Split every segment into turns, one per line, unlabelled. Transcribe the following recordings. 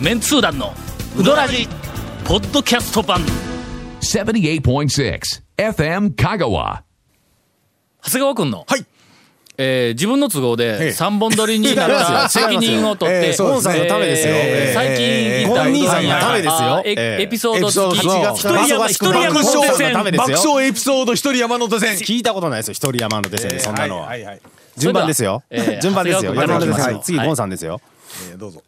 メンツー団のウドラジポッドキャスト版
78.6 FM Kagawa.
長谷川君の、
はい
えー自分の都合
え
で
え
三本撮りになった 責任を取って、
ええそうですね
えー
ゴンさんのためですよええ
最近聞い
ゴ
た
ン兄さんのためですよ
あーエ
ええ
エピソード
エピソー
付
ド
き
付き
一人山
忙
一
しく
人山手線
爆笑
爆笑エピソード一人山手線。
聞いたことないですよ一人山手線でそんなのは、
はいはいはい。
順番ですよ、
それではえー
順番ですよ
長
山
谷川
手
君
線、
から
はい次
はい
ゴンさんですよ
えーどうぞ。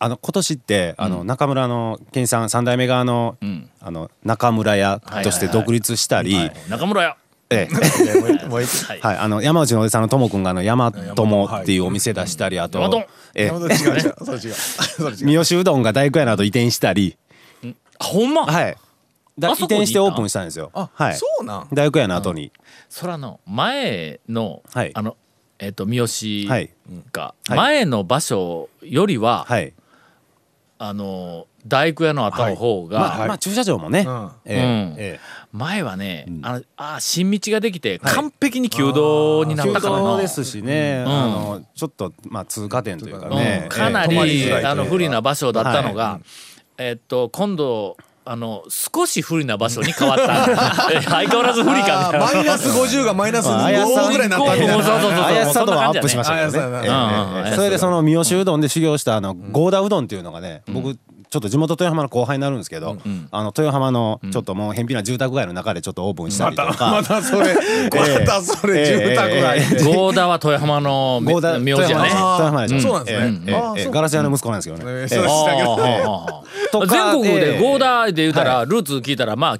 あの今年ってあの中村の健さん三代目側の,、あの中村屋として独立したり、
中村屋
ええ
もう一
はい
はい、あの山内のおじさんのともくんがあの山友っていうお店出したりあ
山友
と、ええ
回。山手違う違う。それ違う。それ違う。
三好うどんが大工屋など移転したり、
あほんま、
はい、だ
あ
移
そこに
転してオープンしたんですよ。
あ
はい、
そうなん
大工屋の後に、
そらの前の、
はい
あのえっ、と三好
はい
が、
はい
前の場所よりは、
はい
あの大工屋の後の方が、
まあまあ駐車場もね、
うん
え
うん
えええ
前はね、あのあー新道ができて完璧に旧道になったからの、
道ですしね、あのちょっとまあ通過点というかね、
うんかな
ええ泊まり
り
づらいというか
あの不利な場所だったのが、えっと今度あの少し不利な場所に変わった え相変わらず不利かみたいな。
マイナス50がマイナス
まああやさん
5ぐらいになったみたい
そうそうそう
な。
そう
怪しさ度はアップしました
あそ
け
う
ど
やなう
ねえ
ん
うん
えええ。それでその三好うどんで修行したあのゴーダうどんっていうのがね、僕ちょっと地元豊浜の後輩になるんですけど、あの豊浜のちょっともう偏僻な住宅街の中でちょっとオープンしたりと
ま
か。
たそ れ、またそれ、
ええ
住宅
え
街。
ゴーダは富山の
ゴーダ
名 名字やね。
豊浜でしょ
そうなんですね
ええええ
ああ
ええ
そう
ガラス屋の息子なんですけどね。
え
え
え
え
そうです
あー
ええ
あー
とか
全国で
ええ
ゴーダーで言うたら、
は
ルーツ聞いたらまあ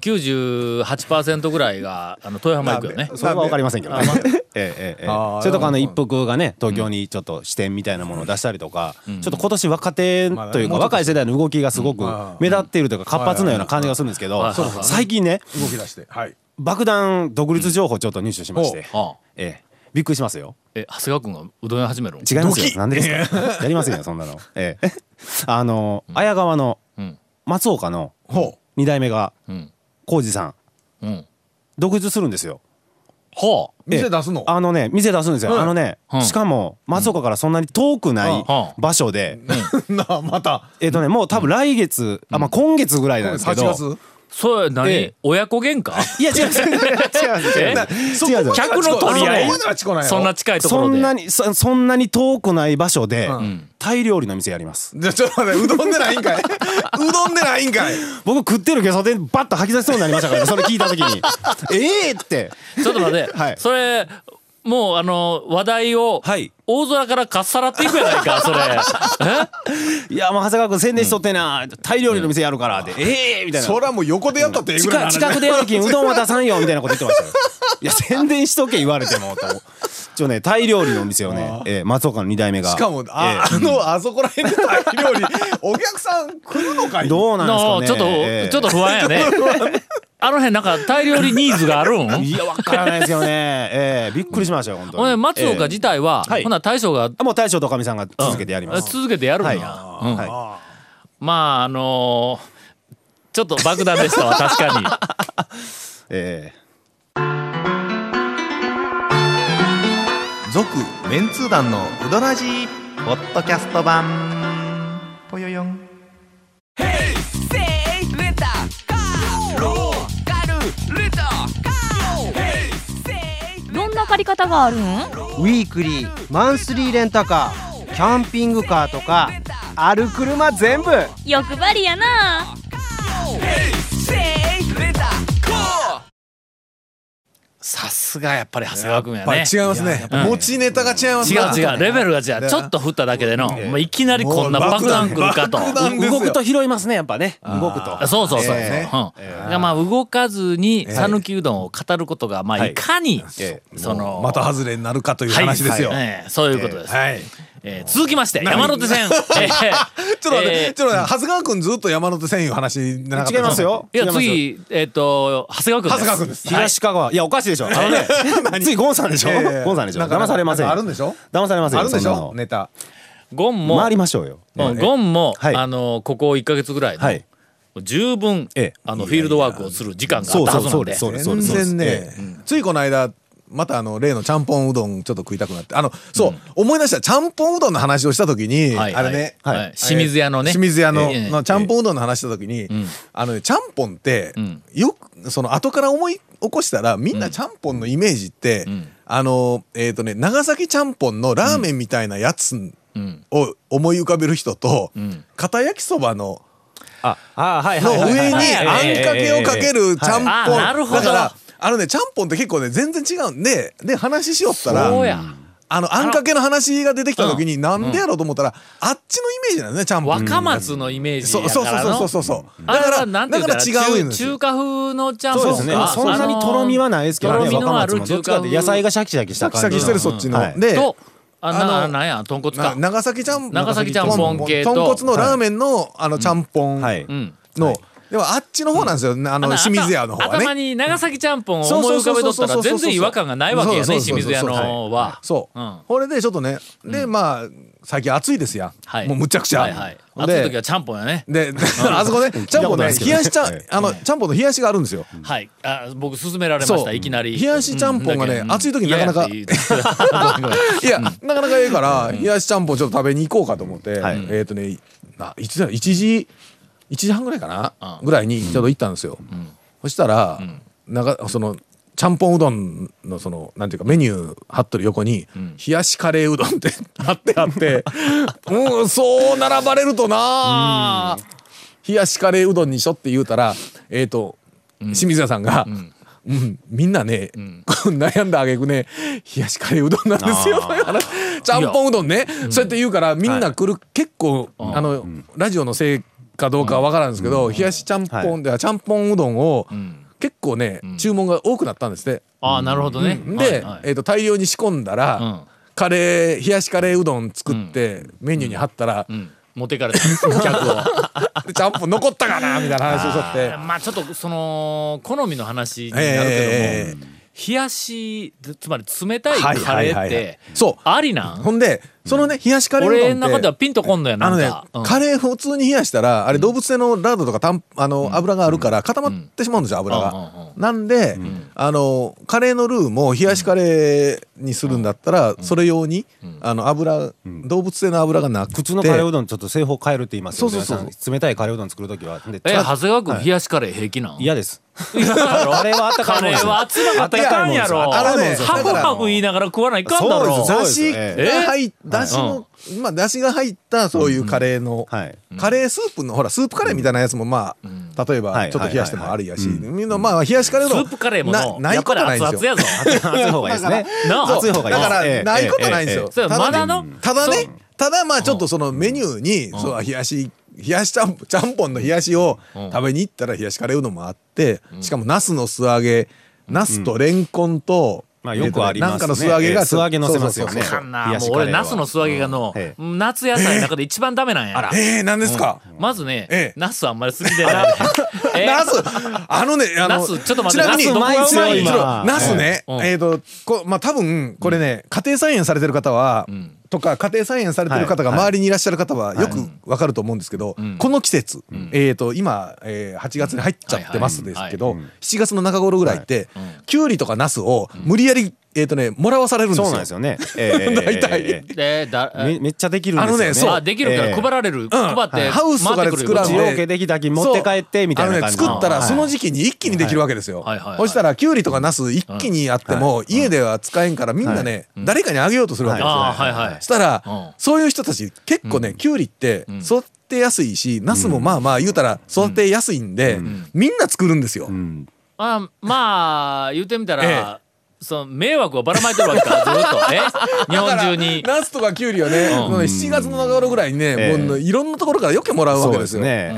98%ぐらいがあの富山行くよね。
それはわかりませんけどね。 ええええええ
あー
それとかあの一服がね東京にちょっと支店みたいなものを出したりとか、ちょっと今年若手というか
まあ
若い世代の動きがすごく目立っているというか活発なような感じがするんですけど
はいはいはい
最近ね
動き出して。はい。
爆弾独立情報ちょっと入手しまして、
あ
ええびっくりしますよ。
え長谷川君がうどん屋始めるの
違いますよ。なんでですか。やりませんよそんなの。ええ、 あの綾川の
ん
松岡の
ほ
二代目が
ん
浩二さん
うん。
独立するんですよ。
ほう。
う。店出すの。
あのね店出すんですよ、
うん
あのね、
うん
しかも松岡からそんなに遠くない
うん
場所で、
なあ、また。
えっ、とねもう多分来月、あまあ今月ぐらいなんですけ
8
ど、
月
そうや何、
ええ
親子喧嘩
いや違う違う違う違う違う違う違う違う
客の取り合い
そこまでは来こないやろ
そんな近いとこ
そ
ろで。
んなにそそんなに遠くない場所で、
うん
タイ料理の店やります
じゃあちょっと待って、うどんでないん かいうどんでないんかい
僕食ってるゲソ天バッと吐き出しそうになりましたからね、それ聞いた 時にええって
ちょっと待って、
はい
それもうあの話題を
はい
大空からかっさらっていくやないか それ
いやもう長谷川君宣伝しとってな、タイ料理の店やるからって、ええみたいな
そらもう横でやったってええぐらい
近
の話
近くでやるきんうどんは出さんよみたいなこと言ってま したよ。いや宣伝しとけ言われてもと。一応ねタイ料理のお店をね、えー松岡の二代目が。
しかも、ああの、あそこら辺でタイ料理、お客さん来るのかい
どうなんですか
の
ね。
ちょっと、
えー
ちょっと不安や ねあの辺なんか大量にニーズがあるん
いやわからないですよね。えー、びっくりしましたよ本
ほん
当
で
に。
松岡自体は、
ええはい
ほな大将が
あもう大将とおかみさんが続けてやります。
続けてやるんや、
はい
うん
は
まああのーちょっと爆弾でした わ確かに
い。え
続メンツー団のウドラジーポッドキャスト版ぽよよん
どんな借り方があるん
ウィークリーマンスリーレンタカーキャンピングカーとかある車全部
欲張りやな
さすがやっぱり長谷川君や
や
ね
っぱ違いますね。持ちネタが違います
違
な
う違うレベルが違うち
ね
ょっと振っただけでの、もういきなりこんな
もう
爆
爆弾
弾来るかと
爆弾
ー、動くと拾いますねやっぱね。動くと。
そうそうそう。
え
うんだからまあ動かずに讃岐うどんを語ることがまあ
はい
いかに、
え
その
また外れになるかという話ですよ。
はい
はい。
ええそういうことです。
はい
ええ続きまして山手 線。ええ
ちょっと待って、
え
ちょっと待って、長谷川君ずっと山手線いう話にならなかった。
違います。よ。
えいや
違いますよ。
次えっ、と長谷川君です。
長谷川君です
東香川いやおかしいでしょ。あのね次ゴンさんでしょ。
えー
ゴンさんでしょ。
なんか
騙されませんよ。
なんかあるんでしょ
騙されません
あ
よ。
るんでし
そなの
ょネタ。
ゴンも
回りましょうよ。
うんゴンも、
はい
あのここ1か月ぐらいの、
はい
十分、
ええ
あのフィールドワークをする時間があったはずなんで。
そうそうそうですそうです
全然ね、ついこの間またあの例のちゃんぽんうどんちょっと食いたくなってあのそう、思い出したちゃんぽんうどんの話をした時に、
はい
あれね、
はいはい
あれ
清水屋のね
清水屋の,、
ええ
のちゃんぽんうどんの話した時に、あのねちゃんぽんって、
ん
よくその後から思い起こしたらみんなちゃんぽんのイメージって、あのえっ、とね長崎ちゃんぽんのラーメンみたいなやつ、
うん
を思い浮かべる人と、
ん
片焼きそばの
ああはい
の
はいはい
上に
は
は
い
いはい
あんかけをかけるちゃんぽん、
はいあなるほど
だからあのねちゃんぽんって結構ね全然違うんでで話しよったら
そうや
あのあんかけの話が出てきた時になんでやろうと思ったら、あっちのイメージなんですねちゃんぽん。
若松のイメージ
そ
や
うそう
か
そ
ら
う
の
そうそうそうだ
あれ
か
は
ら
なんて
だ
言
か
うた
ら
ら
違う
中
んですよ
中華風のちゃんぽん
そ
か
うですねまあそんなにとろみはないですけど
と
ね
ろみ
若
のある
松も
中華風
どっちかって野菜がシャキシャキし
シ
た
ャキシ
感
ャキ
じ
してるそっちの、
はい
で
とあな
あの
なんや豚骨
な
か
長崎ちゃん
長崎ちゃんぽん系と
豚骨のラーメンの、あのちゃんぽんの、
はい
うん
でもあっちの方なんですよ、あの
あ
清水屋の方はね
頭に長崎ちゃんぽんを思い浮かべとったら全然違和感がないわけやね
そうそうそうそう
清水屋のは
そう、
うん
これでちょっとねで、まあ最近暑いですや、
はい
もうむちゃくちゃ、
はいはい
ほん
暑
で
い時はちゃんぽんやね
で あそこねちゃんぽんね
聞いたことないですけど
冷やしちゃんあのちゃんぽんの冷やしがあるんですよ
はいあ僕勧められま
そう
したいきなり
冷やしちゃんぽんがね
うう
暑い時になかなか
嫌やって言うてごめんごめん
いや、なかなかええから、冷やしちゃんぽんちょっと食べに行こうかと思って、
はい
えっ、とね、ないつだろう、1時、1時半ぐらいかな、
うん
ぐらいにちょっと行ったんですよ。そしたら、なんか、その、ちゃんぽんうどんのそのなんていうかメニュー貼っとる横に「冷やしカレーうどん」って 貼ってあってうんそう並ばれるとなあ冷やしカレーうどんにしょって言うたらえっ、と清水屋さんが「うん、みんなね、悩んだあげくね冷やしカレーうどんなんですよ ちゃんぽんうどんねそうやって言うからみんな来る、結構あの、ラジオのせいかどうかは分からんですけど、冷やしちゃんぽんで、ちゃんぽんうどんを、結構ね注文が多くなったんですって、
ああなるほどね
で、
はいはい
えー、と大量に仕込んだら、
うん
カレー冷やしカレーうどん作って、メニューに貼ったら、
うん持ってか れた客を
でちゃんぽん残ったかなみたいな話をしとって。
まあちょっとその好みの話になるけども、
えー
冷やしつまり冷たい
はい
カレー
は
っ
いはいはい
て
そう
ありなん
ほんでそのね冷やしカレーうどんって
俺の中ではピンとこんのやな
あの
ん
ね
か、うん
カレー普通に冷やしたらあれ動物性のラードとかたんあの油があるから固まってしまうんですよ油
うんうん
が
う。
なんで、あのカレーのルーも冷やしカレーにするんだったら、それ用に、あの油動物性の油がなくて
普通のカレーうどんちょっと製法変えるって言いますよね
そうそうそう
皆さん冷たいカレーうどん作るときはで
え
ちょっ
長
と
谷川君、冷やしカレー平気なん
嫌ですカレーはあったか
カ
いもん
レ
で
ー
すよ
は熱なかったらいかんやろ
あのね
ハクハク言いながら食わないかんだろ
そう
だ
です
し
え
が入っ
は
だ
い
しの、まあだしが入ったそういうカレーの、
はい
カレースープのほらスープカレーみたいなやつもまあ、例えば
はい
ちょっと冷やしても
はい
あ
はい
るやし、みんなまあ冷やしカレーう
ス
どん
ープカレーもの
なな
やっ
い
ぱ
こと
り
ないんです
熱
よ
々やぞ
熱い方がいいですね
なあ
熱い方がいい
だ
で
か
す
らないことないんですよ。
そうまだ
ね
の
ただね、ただまあちょっとそのメニューに、そう冷やし冷やしちゃんちゃんぽんの冷やしを食べに行ったら冷やしカレーうどんもあって、しかもナスの素揚げ、ナスとレンコンと、
まあよくあり
なん
ますね
かの素揚げ
え
が
え素揚げ乗せますよね
そうそうそう
かんな
冷や
も
し
う
カレーは
俺ナスの素揚げがの
うんえ
夏野菜の中で一番ダメなんや
そうええ何ですか。
まずね、
ええ
ナスあんまり好きでない。ええ
ナス、あのね、あの、
ナスちょっと待って
ちなみに
ナスどこがうまい
ナス
今
ナスね、
うん
えっと、こまあ多分、これね、家庭菜園されてる方は、とか、家庭菜園されてる方が
はい
周りにいらっしゃる方は、よくわかると思うんですけど、この季節、えっと、今、えー8月に入っちゃってますですけど、7月の中頃ぐらいって、きゅうりとかナスを無理やり、えっとね、もらわされるんです
そ
よ。
うなんですよねええええええ
大体
え
でだ
えめめっちゃできるんですよね
あのねそう
あできるから
ええ
配られる、配って、
ハウスとかで作ら
回
ん
って
自
くるよ
用系できただけ持って帰ってみたいな感じ
そうあのね、作ったら
はい
その時期に一気にできるわけですよ、
はいはいはいはい
そしたらきゅうりとかナス一気にあっても家では使えんからみんなね、誰かにあげようとするわけですよ、
ああはいはい
そしたら、
うん
そういう人たち結構ねきゅうりって育てやすいしナスもまあまあ言うたら育てやすいんで、みんな作るんですよ、
うん
あまあ言ってみたら、
え
その迷惑をばらまいてるわけかずっとえ日
だか
本
ら
中に
ナスとかきゅうりはね、
うん
もうね7月の中頃ぐらいにね、
ええ
もういろんなところからよけもらうわ
そう
け
で
ですす
ね
よ
ええ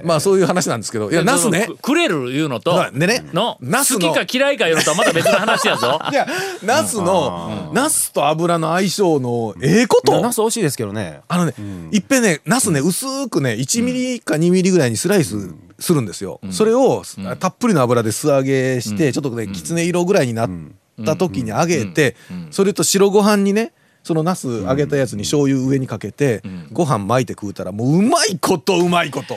ええ
まあそういう話なんですけどいやナスね
くくれるいうのと、
はいでね
の
ナスの
好きか嫌いかいうのとはまた別の話や ぞ
いやナスのナスと油の相性のええこと
ナス美味しいですけどね
あのね、いっぺんね、ナスね、薄くね、1ミリか2ミリぐらいにスライスするんですよ。それを、たっぷりの油で素揚げして、ちょっとね、きつね色ぐらいになった時に揚げて、それと白ご飯にね、そのナス揚げたやつに醤油上にかけて、ご飯巻いて食うたら、もううまいことうまいこと。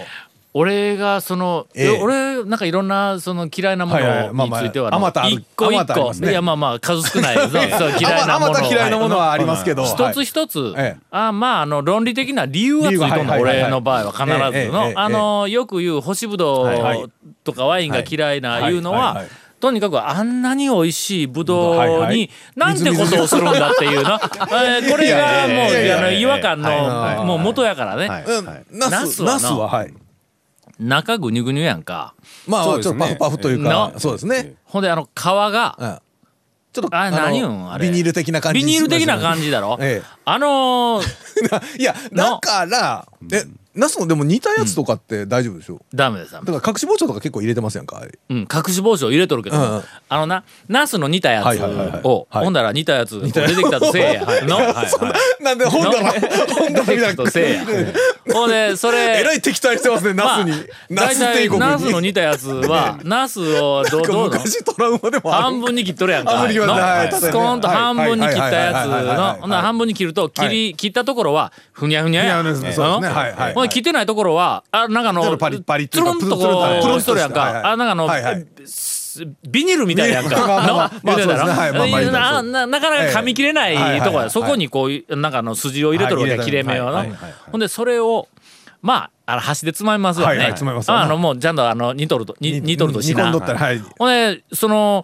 俺がその、
ええ
俺なんかいろんなその嫌いなもの
はいはいまあ
につ
まあ
いては
あまたある
一個
あ
一
またあり
個、
ますね
いやまあまあ数少 ないそうそう嫌いな
あ
もの
また嫌いなものはありますけど、
一つ一つ、
ええ
あまああの論理的な理由はつい
理
てん
由
の
がはいはいはい
俺の場合は必
えええ
ず
え
の
ええ
あのよく言う干しぶど
はいは
う
い
とかワインが嫌いな
はい
いうの
はい
は
はい
とにかくあんなに美味しいぶど
ぶどうは
う
いは
に
い
なんてことをするんだっていうのえーこれがもう
いやいやいやいや
あの違和感
はい
のもう元やからね
はい
うんナス
ナ
ナ
スはな
スははい
中ぐにゅぐにゅやんか
まあち
そ
ょ
う
っ
です
と
ね
パフパフというか
な
そうですね
ほんであの皮が
うんちょっと
あ
の
何うんあれ
ビニール的な感じ
ビニール的な感じだろ
ええ
あのー
いやだからえナスもでも似たやつとかって大丈夫でしょ
ダメですダメです
だから隠し包丁とか結構入れてますやんかあ れ
うん、隠し包丁入れとるけど、
うんうん
あのなナスの煮たやつを、
はいはいはいはい
ほんだら煮たやつがこう出てきたとせいや、の、
なんで本
の
棚 本
出て
棚み
き
た
た
い
と
な
せいやほんでそれ
えらい敵対してますねナスにナス帝
大体
国
ナスの
に
煮たやつ はナスをど
なんか
どうの
昔トラウマでもあ る
半分に切っとるやんか。
半分に切りますねはい
のスコーンと
はい
半分に切ったやつ
はいはいはいはいは
の
い、
ほんなら半分に切ると、切り、切ったところは、ふにゃふにゃや。
ふにゃふにゃですね
あの
そうですねはいはいはい
ほんで切ってないところは、あ、なんかあ
ちょっ
の、
とパリパリって
つ
いうか
るんと
つるんとね
こう、プロしとるやん
はいはい
か。あ、なんかあの
はいはい、
すビニールみたいなやんか。
ビニールまあまあ
の
ま
言
あ
うてた
そうですねはいまあまあ
ろ
言うたら
な
そう
ななかなか噛み切れな
ええは
い
いはい
とこ
は
や。
い
そこにこういう、なんかあの、筋を入れとるわけや、
はい
切
入れ
れ
た
目を
は
ない
はいはい。
ほんで、それを、まあ、あの端でつまみますよ
はいは
ね
い。つまみます
あのもうちゃんとあの煮とると煮煮とるとし
煮込
なん
どったらはい
ほんで、その、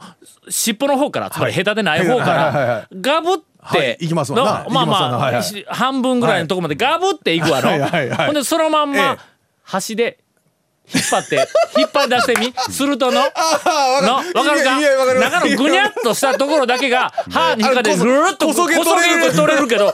尻尾の方から、つまりヘタでない方か
はいはいはいは
ら、ガブっ
はい
て、
行きますわ
の
な
まあ
行きますわ
ま
なはいは
あ、
い
し半分ぐらいのとこまでガブっていくわ
はいはい
ろ。
はい
ほんで、そのまん
え
ま、端で、引っ張って、引っ張り出してみ、するとの、の、わかるか
いやいやわかります
中のぐにゃっとしたところだけが、歯に引っかかって、
あ
ぐ
こそ
るっとこ
こ
そ
そ
げ
げ
る
取れる
取れるけど、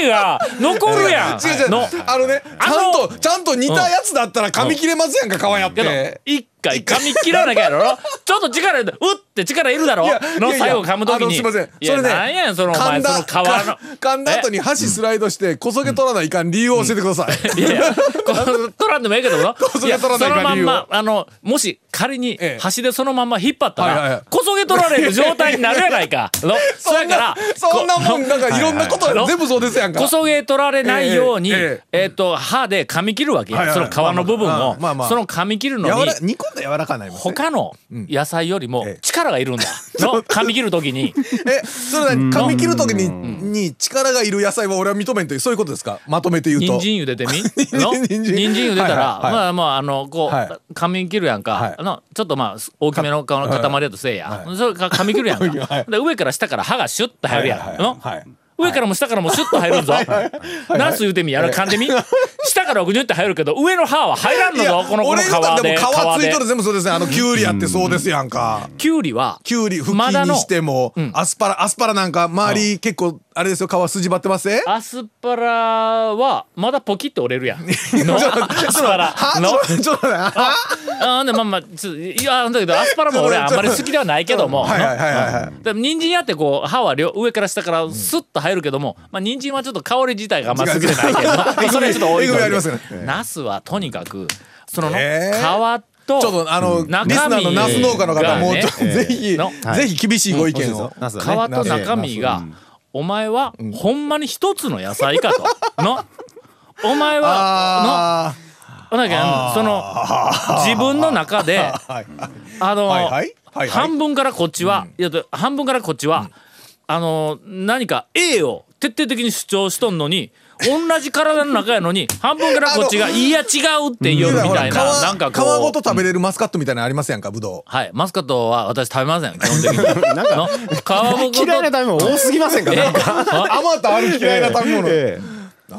上が残るやん。
違う違う
の
あのねちゃん
あ
とちゃんと似たやつだったら噛み切れますやんか皮やっ
けど
て、
一回噛み切らなきゃや ろちょっと力入れて、うって力いるだろ
いやい
の
やいや
最後噛むとき
あの
に。
すいません
いや、
それね
なんやねん、そのお
噛
前、
ん
その
だ
皮の。
噛んだ後に箸スライドしてこそげ取らないかん理由を教えてください、
いやいや、この取らんでもええけどな。
こそげ取らな
や
い
そのま
か
ん
理由を
ま、あの、もし仮に
ええ
端でそのまんま引っ張ったら、
はいはい
こそげ取られる状態になるやない か。のそやから、
そんなもんなんかいろんなこと
こ
全部そうですやんか
こそげ取られないように、え
え
っ
え、
と、歯で噛み切るわけや、
はいはいはい
その皮の部分を、
まあまあまあまあ
その噛み切るの
柔
に
ら、煮込んだ柔らかになりますね
他の野菜よりも
ええ
力がいる んだ。の噛み切るときに。
えそれは噛み切る時にに力がいる野菜は俺は認めんというそういうことですかまとめて言うと
人参茹でてみの
人参
人参茹でたら、
はいはいはい
まあまああのこう、
は
噛み切るやんか、
はい
あのちょっとまあす大きめの顔の塊やとせいや、
は
それか噛み切るやんか、
はい
で上から下から歯がシュッと入るやん、
はいはい
の
はい
上からも下からもシュッと入るぞ。ナス言うてみやら噛んでみ。下からぐにゅって入るけど上の歯は入らんのぞこのこの
俺言うたら
皮
で
で
も皮ついとる
皮で。
全部そうですねあのキュウリやってそうですやんか、
きゅうりは
キュウリふき
まだの
にしても、
うん
アスパラアスパラなんか周り結構あれですよ皮筋張ってますえ
アスパラはまだポキって折れるや ん。のアスパラ
は
の。
ちょっとちょっとは
あーでまあまあちょいやだけどアスパラも俺あんまり好きではないけども。
はいはいはいはいはい
でも人参やってこう歯は両上から下からスッと入るけども、まあ人参はちょっと香り自体があんま好きじゃないけどまあそれはちょっと多い
えぐみありますね
ナスはとにかくそのの
え
皮と
ちょっとあの、
中身
リスナーのナス農家の
が
方
ね
もうちょっと、
ええ
ぜひ、
の
ぜひ厳しいご意見を、
ナス
皮
だね
と中身が、お前はほんまに一つの野菜かとのお前は
あ
のなんかその自分の中で
あ はい
あの、
はいはいはいはい
半分からこっちは、いやだ半分からこっちは、あの何か A を徹底的に主張しとんのに同じ体の中やの に半分からこっちが「
あの
いや違う」って言うみたいな、
ほら
なんかこう
皮ごと食べれるマスカットみたいなのありますやんかブドウ
はいマスカットは私食べません基本的 になんか皮ごと
嫌いな食べ物多すぎませんか
え
なんか
あまたある嫌いな食べ物
ええ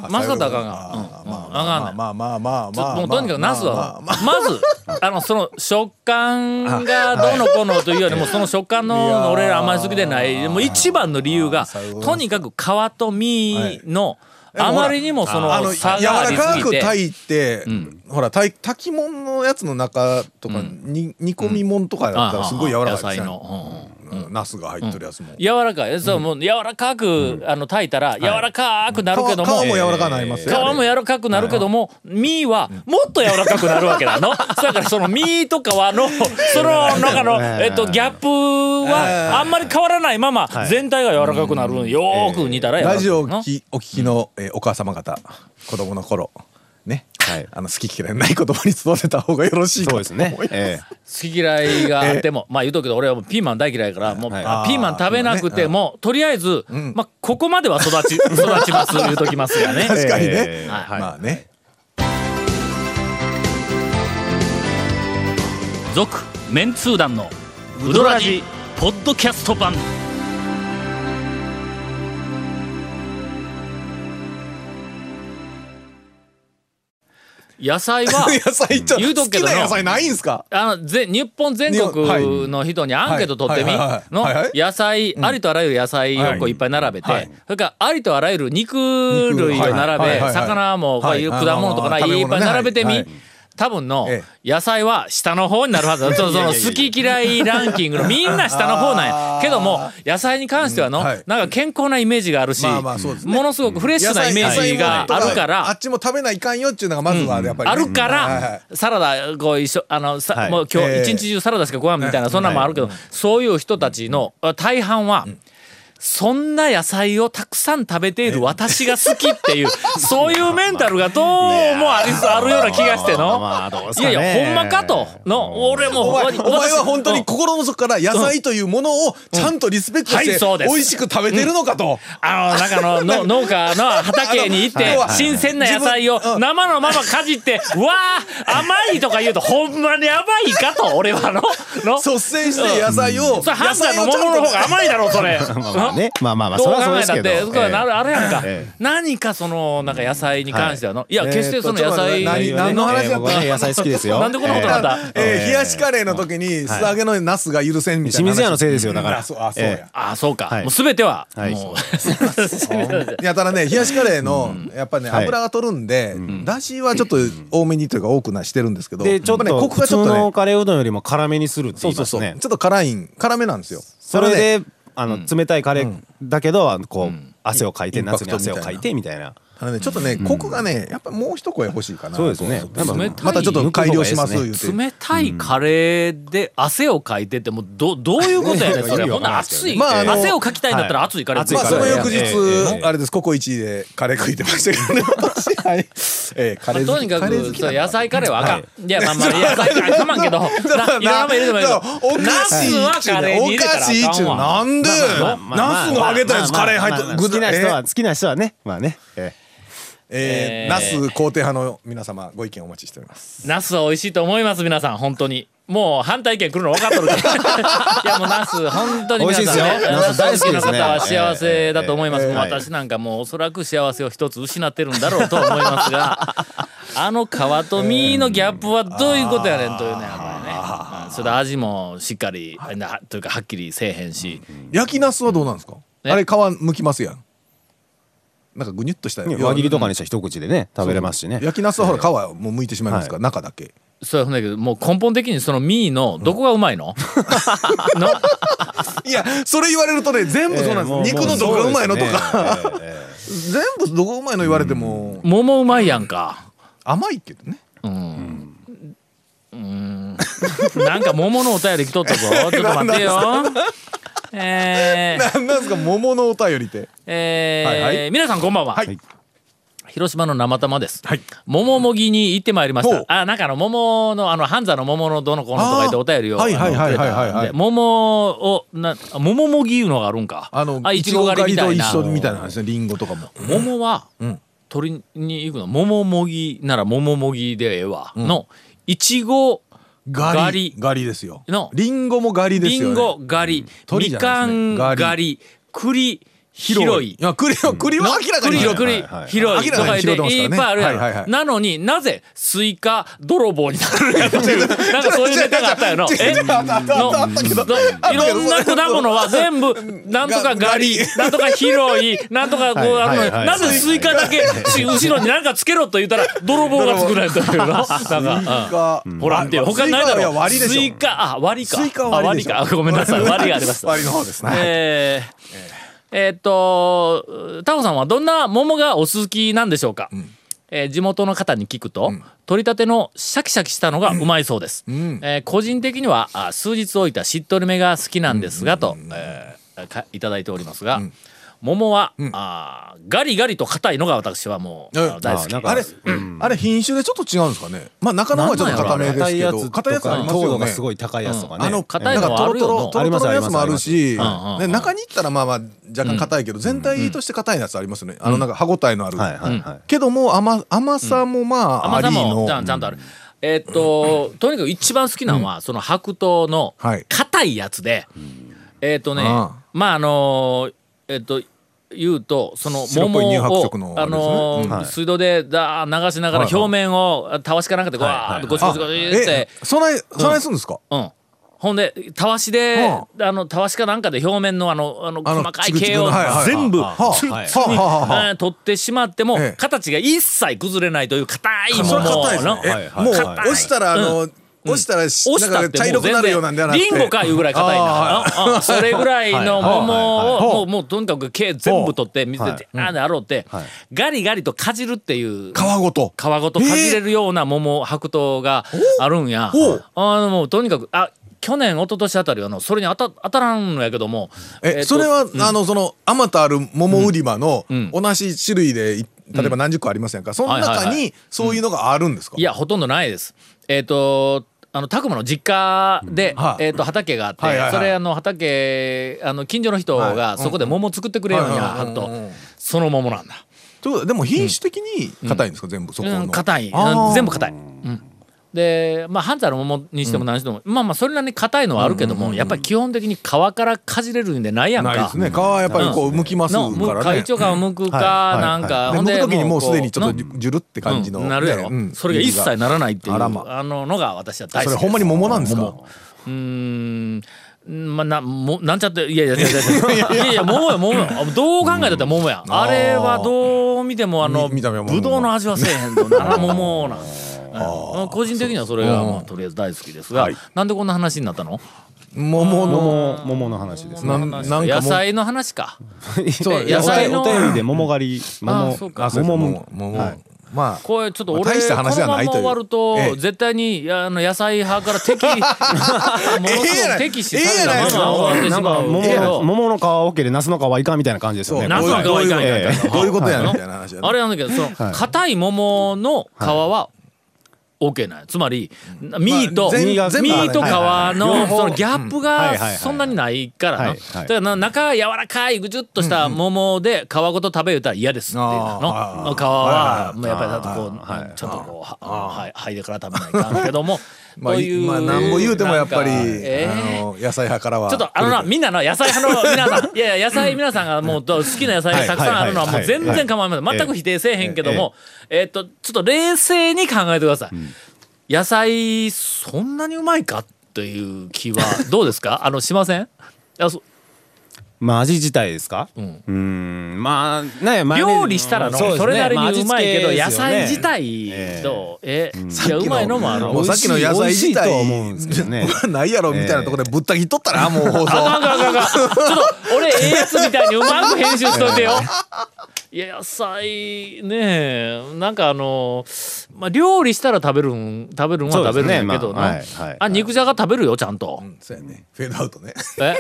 マスカットあかん
あ
がうんうんあかん
ま
ね
あまあまあまあ
ちょ
まあ
もうとにかくナスはまずあのその食感が
あ
どうのこうのというよりもその食感
いやー
の俺らあんまり好きでないもう一番の理由が
最後
とにかく皮と身の
でも
あ
ほら
まりにもそ
あ
の
の
差があり
柔らか
すぎ
く
て
炊いて、ほら炊い炊き物のやつの中とか、に煮込み物とかだったらすごい柔らかい
野
です
菜
よ
の
ね、
うんうん
うんナスが入ってるやつも、皮
柔らかいそうもう柔らかくあの炊いたら柔らかくなるけど
皮
も
も柔らかくなります
皮
よ、
も柔らかくなるけども、身はもっと柔らかくなるわけだ の。だからその身と皮 の、その中の、えっと、ギャップはあんまり変わらないまま、全体が柔らかくなる。よーく煮たら柔らか
ラ
く
ジオ
な
を
るの
きお聞きの、えーお母様方子供の頃ね、
はい
あの好き嫌いのない言葉に育てた方がよろしいか
そ
と
うですね
思いま。す
え
好き嫌いがあっても、まあ言うとくけど俺はもうピーマン大嫌いやからもうピ
あー
ーマン食べなくても、とりあえず、まあここまでは育ち育ちます言うときますよ ね。
確かにね、
えー
はい
まあね、
続メンツー団のウドラジポッドキャスト版 野菜は
野菜ちょ
言うと
好
くけ
き
どな
な野菜ないんすか
あのぜ日本全国の人にアンケート取ってみ
はいはい
の
はいはい
野菜ありとあらゆる野菜をこういっぱい並べてそれからありとあらゆる肉類を並
はいはいはいは
べ
い
魚もこういう
はい
果物とかな
あ
い
ー食べ物
っ
ね
ぱい並べて
は
み
い。
多分の
え
野菜は下の方になるは ずだ。そのその好き嫌いランキングのみんな下の方なんや。けども野菜に関してはの
うんは
なん
い
か健康なイメージがあるし、
まあまあそうですね
ものすごくフレッシュなイメージがあるから
あっちも食べないかんよっていうのがまずはやっぱり
あ
ね、
るか
はいはい
ら、サラダ、こう、一緒、あの、さ
はい
もう今日
ええ
一日中サラダしかご飯みたいな、そんなんもあるけど、そういう人たちのあ大半は、そんな野菜をたくさん食べている私が好きっ ていう、そういうメンタルがどうもありそうあるような気がしての。
まあどうす
い
か
や
ね
いや、ほんまかと。の、俺も
お
ほんま
前
に
お前は本当
う
に
ん
心の底から野菜というものをちゃんとリスペクトし
はい
て
そうです
美味しく食べてるのかと、
あの、なんかあのの、 農家の畑に行っ
あ
て
のは、い
新鮮な野菜を
自分う
生
ん
のままかじって、わあ甘いとか言うと、ほんまに甘いかと、俺はの。の
率先して野菜を、
それ
野
判断
菜
の
をちゃんと
桃の方が甘いだろそれ。
えまあまあね。まあまあまあ
どう
そ
考
れはそ
えたっ
うですけど。
て、そう
ええ
なるあるやんか
ええ。
何かそのなんか野菜に関してはの、いや決してその野
え
菜
っとちょっと何何の話だった
僕ね野菜好きですよ。
なんでこんなことになった。
えー冷やしカレーの時に素揚げのナスが許せんみたいな話
清水屋のせいですよだから
あそうあそうや、
ああそうか。
はい
もうすべては、
はい
もう
やたらね冷やしカレーのやっぱね
はい
油が取るんでだしはちょっと多めにというか多くなしてるんですけど
でちょっと
やぱねコクがち
普通
ょっと
の
ね
カレーうどんよりも辛めにするって
そ
言
う
い
そう
ま
そ
す
うちょ
ね
っ。と辛いん辛めなんですよ
それ
ね
であの冷たいカレーだけどあのこう汗をかいて
インパク
夏
ト
に汗をかいてみたいな。
あのねちょっとねコクがねやっぱもう一声欲しいかな
そうですね。
と
冷たい
またちょっと改良します
よ
言うて
冷たいカレーで汗をかいてってもうどどういうことやねんそ
意
れ。
味
ほ
わ
ん
か
な
んない
ら
です
熱
けど
い
ね
まああの
汗をかきたいんだったら熱いから
熱い
まあ
か
そ
ら
の
ね
翌日
ええ
あれですココイチでカレー食いてましたけどね私はいええカレー
と
好
に
き
か
カレー
く
好き
そう
な
野
の
菜カレーはあかん、い、やまあまあ野菜カレーあかんまんけどないろんなもん入れてもいいけど
お
ナ
かし
ス
い
は
っちゅ
カ
う
レーに入れ
ねお
た
からしい
あ
っ
か
ちゅ
ん
う
わ
なんでナスの揚げたやつカレー入って
好きな人は
え
好きな人はねまあね。ええ
え
えー
ナス肯定派の皆様ご意見お待ちしております
ナスは美味しいと思います皆さん本当にもう反対意見来るの分かっとるけど いやもうナス本当に皆さんね
美味しいですよナス大好きで
ナス好
すね
きな方は幸せだと思います、
ええええ
私なんかもうおそらく幸せを一つ失ってるんだろうと思いますがあの皮と身のギャップはどういうことやねんというねやっぱりねうんそれで味もしっかりなというかはっきりせえへんし、
焼きナスはどうなんですか
え
あれ皮剥きますやんなんかぐにゅっとした
輪切りと
か
かにしたら一口でね食べれますしね。
焼きナスはほら皮はもう剥いてしまいますから中だけ
そうなんだけどもう根本的にそのミーのどこがうまい の、の
いやそれ言われるとね全部そうなんです肉のどこがうまいのとか
か。 ええ
全部どこがうまいの言われても
桃うまいやんか。
甘いけどね
なんか桃のお便り来とった ぞ。ちょっと待ってよ。えー、
なんなんですか桃のお便りって
えー
はいは
皆さんこんばんは。
はい
広島の生玉です。
はい
桃もぎに行ってまいりまし
ほ
た
う。
あ、なんかあの桃の、あの、半座の桃のどの子のとか言ってお便りを。
あーはいはいはいはいはい
あのくれたんで桃を、な、あ桃もぎいうのがあるんか。
あの
あ、い
い
ち
ち
ご
ご
狩
狩
り
り
みた
と
い
一
な。
緒みたいな話ねりんごとかも
桃は、
ん
取りに行くの桃もぎなら桃もぎでええわ、のいちご
ガ
狩
リ
り
ガリですよ
の
りんごもガリで
り
す
ん
よ
ご
ね
狩り、
鳥
み
じゃ
か
ないです
ん
ねガリ
狩り栗広い
いや栗は栗は明らか
栗
に広い
栗
はいはい
広いと
明らか
か言
に広い
っ
と思
て
い
い
ます
っ
か
ぱい
らね
あるや
はいはいはい
んなのになぜスイカ泥棒になるやつなんかそういうネタがあったよな
違う違う
え
あったあった
の
あったけど
のいろんな果物は全部なんとかガリ
が
なんとか広いなんとかこう
は
あ
い
るの
はい
に
は
な
い
ぜスイカだけし後ろに何かつけろと言ったら泥棒が作られた よななんかうん
スイカ
ほら見てよ他ないだ
スイカはいや
ろ
割りでしょ
スイカあ割りか
スイカ
あ
は割
割
り
り
でしょ
かあごめんなさい割りがありました
割りの方ですね
えーえーっとタオさんはどんな桃がお好きなんでしょうか、えー地元の方に聞くと、取りたてのシャキシャキしたのがうまいそうです、えー個人的にはあ数日置いたしっとりめが好きなんですが、と、えーかいただいておりますが、桃は、あーガリガリと硬いのが私はもう、
え
あの大好き
あなんか
あれ、あれ品種でちょっと違うんですかね。まあ中の方はちょっと硬めですけど、硬
硬い
い
や
や
つ
つ
と
あ
か
ります
糖
よ
度が
ね。
すごい高いやつとかね
あの
硬い
なん
の
か
は
ト
あ
ロ
る
ト
よ
ロトロトロのやつもあるし、
ありますありますうんうん
ね中に行ったらまあまあ若干硬いけど、全体として硬いやつありますよね。あのなんか歯ごたえのある。
はいはいはい
けども甘甘さもまああ
甘さ
り
も
の
ち。ゃんちゃんとある。えーっと、とにかく一番好きなのは、その白桃の
はい
硬いやつで、えーっとね
あ
まああのーえーっと言うとその
白っ
桃
ぽい乳白
を
色の
あのー
あれですねうん
はい
水道でだー流しながら
はいはい
表面をたわしかなんかでわーっとゴシゴシゴシって
え、、そないそないするんですか。
うん、ほんでたわしで、
う
あのたわしかなんかで表面のあのあの
あの
細かい
チクチク
毛
の
を
はいはいはい
全部
はあ
つる
はい
つるに
はあはあはあ
えー取ってしまっても
ええ
形が一切崩れないという硬いも
それ
の
硬いですね
の。
はい
え、
はい
もう
硬い
押したらあの押したら
押した
な
っ
んか
て
茶
もう
色く
全
なるようなんでは
然
なくて。
リンゴかいうぐらい硬いな
あ
うんうんそれぐらいの桃
は
を
い
もうもうとにかく毛全部取って水
は
で
い
あーであろうって
はい
ガリガリとかじるっていう
皮ごと。
皮ごとかじれるような桃白桃があるんや
おう
あのもうとにかくあ去年一昨年あたりはのそれに当た当たらんのやけどもー
え
と
それは、あのそのあまたある桃売り場の
ん
同じ種類でい例えば何十個ありませんか、その
はい
中
はいは
にそういうのがあるんですか、
いやほとんどないですえっ、とあの拓磨の実家で、
はい
えー、と畑があって、
はいはいはい
それあの畑あの近所の人
は
が
いうん
そこで桃作ってくれるんや、
はいはいはい
と、
うんうんうん
その桃なんだ
ということででも品種的に硬いんですか、全部そこの
うん硬い
あー
全部硬い、うんでまあ半沢の桃にしても何にしても、まあまあそれなりに硬いのはあるけども、やっぱり基本的に皮からかじれるんでないやんか
ないですね皮はやっぱりこう剥きますか
のむ
らね
一丁皮をむくか、
はい
なんか、
で
ほんで
剥く時にもうすで
こ
にちょっとじゅじゅるって感じの、
うんなるやろ、
ねうん
それが一切ならないっていうあ,、
あらま
ののが私は大好
そ
きで
れ
す
ほんまに桃なんですか
桃うーんまあ、なもなんちゃっていやい やいやいやいやいやいや桃や桃やあどう考えたって桃や、あれはどう見てもあの
み見た目は桃
ぶどうの味はせえへん となら桃なんうん個人的にはそれが、
うん
まあ、とりあえず大好きですが、なんでこんな話になったの
桃の
桃桃の話ですね
なんなんかもう
野菜の話か
そう
野菜の
お便りで桃狩り
あ
桃
そうか
あそうです
桃
桃
も
桃、
はい
まあ
これちょっと俺、
まあ大した話
こ
で
の
は
ま
なんい
ま
という
終わると、
ええ
絶対にいやあの野菜派から 敵もの
ええ
すご
や
く
ない
敵視され
ええやない
た
です
まま
か
終わって
な
し
ん
ま
か
う
桃
けど
の桃の皮多ければナスの皮はいかんみたいな感じですよね
ナスの皮はいかんやったら
どういうことやねん
あ
みたいな話やね
あれなんだけどその硬い桃の皮は OK なんやつまりミーと
まあ全
ミー
全部はね
と皮
はいは
の
い両方
そのギャップ
は
が
いはいはい
そんなにないから
はい
な
は
だ
い
からな中柔らかいぐじゅっとした桃で皮ごと食べるたら嫌ですっていうの
あー
皮は
はいはいはい
もうやっぱりだってこう
はいはい
ちょっとこうははいはいでから食べないかんけども
まあ、
という
まあ、なんぼ言うてもやっぱり、
なんかえー
あの野菜派からは
ちょっとあのなみんなの野菜派の皆 さんいやいや野菜皆さんがもうど好きな野菜がたくさんあるのはもう全然構いません全く否定せえへんけどもえっとちょっと冷静に考えてください野菜そんなにうまいかという気はどうです かあのしませんいやそ
まあ味自体ですかうんんまあねマヨネーズ
料理したらの
うですね
それなり
まあ
に
味
うまい
付
けど
ですよ
野菜
ね
自体とえいやうまいのもある
もうさっきの野菜自体
美味しいとは思うんですけどね
ないやろみたいなところでぶった切っとったら もう放送
あかんあかんあかんあかんちょっと俺ええやつみたいにうまく編集しといてよ。い や野菜ねえなんかあのまあ料理したら食べるん食べるんは
そうで
食
すね
べるんだけどな、
ま
あ
あはいはい
肉じゃが食べるよちゃんと、
そうやねフェードアウトね
え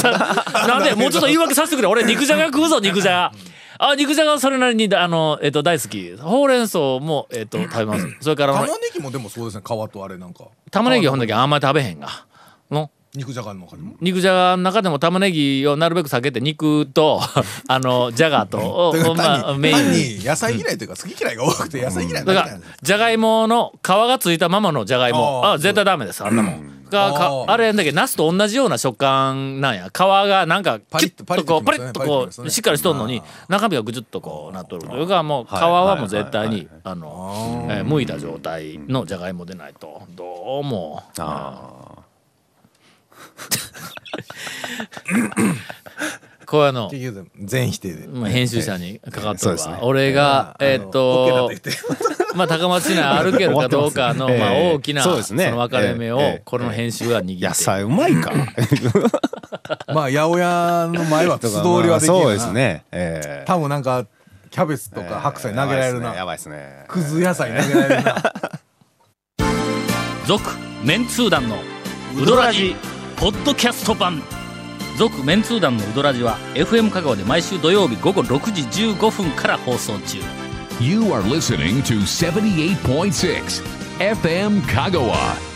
さなんでもうちょっと言い訳させてくれ俺肉じゃが食うぞ肉じゃがあ肉じゃがはそれなりにだあの、えっと大好きほうれん草も、えっと食べますそれからあ
玉
の
ねぎもでもそうですね皮とあれなんか
玉ねぎはほんだけあんまり食べへんがの
肉じゃがの中にも
肉じゃがの中でも玉ねぎをなるべく避けて肉と あのじゃがと
というか
を、まあ、
単
メ
に
イン
単
に
に野菜嫌いというか好き嫌いが多くて野菜嫌い
だ
だ
か
けな
ら
んです
じゃがいもの皮がついたままのじゃがいも
あ
あ
あ
絶対ダメですあんなもん。がか
ああ
あれだけどナスと同じような食感なんや皮がなんか
パ
キ
リ
ュッ
ッと
とこうパ
パ
リ
リ
ッ
ッ
と
と
こ
パリッときますよ
う
ね
しっかりしとんのに中身がぐじゅっとこうなっとるというかもう皮
はい
はもう絶対
はい
に
は
あのえー剥いた状態のじゃがいもでないとどうも
あ
こういうの
結局全否定で
まあ編集者にかかっ
そ
と
う
る
ですね
わ俺がえーっ
あの
と
OK だと言って
まあ高松市内歩け るかどうかの
終わっ
ま
てます
あ
ねええ
大きな
そ
そう
ですね
の分かれ目を
ええ
この編集が握
ー
って
野菜うまい か
まあ八百屋の前は素 通りはできる
まあ
な
そうですねえ
多分なんかキャベツとか白菜投げられる
えーや
な
ばいですね
くず野菜投げられるな
続メンツー団のウドラジポッドキャスト版
続メンツー団のウドラジは FM 香川で毎週土曜日午後6時15分から放送中
You are listening to 78.6 FM Kagawa.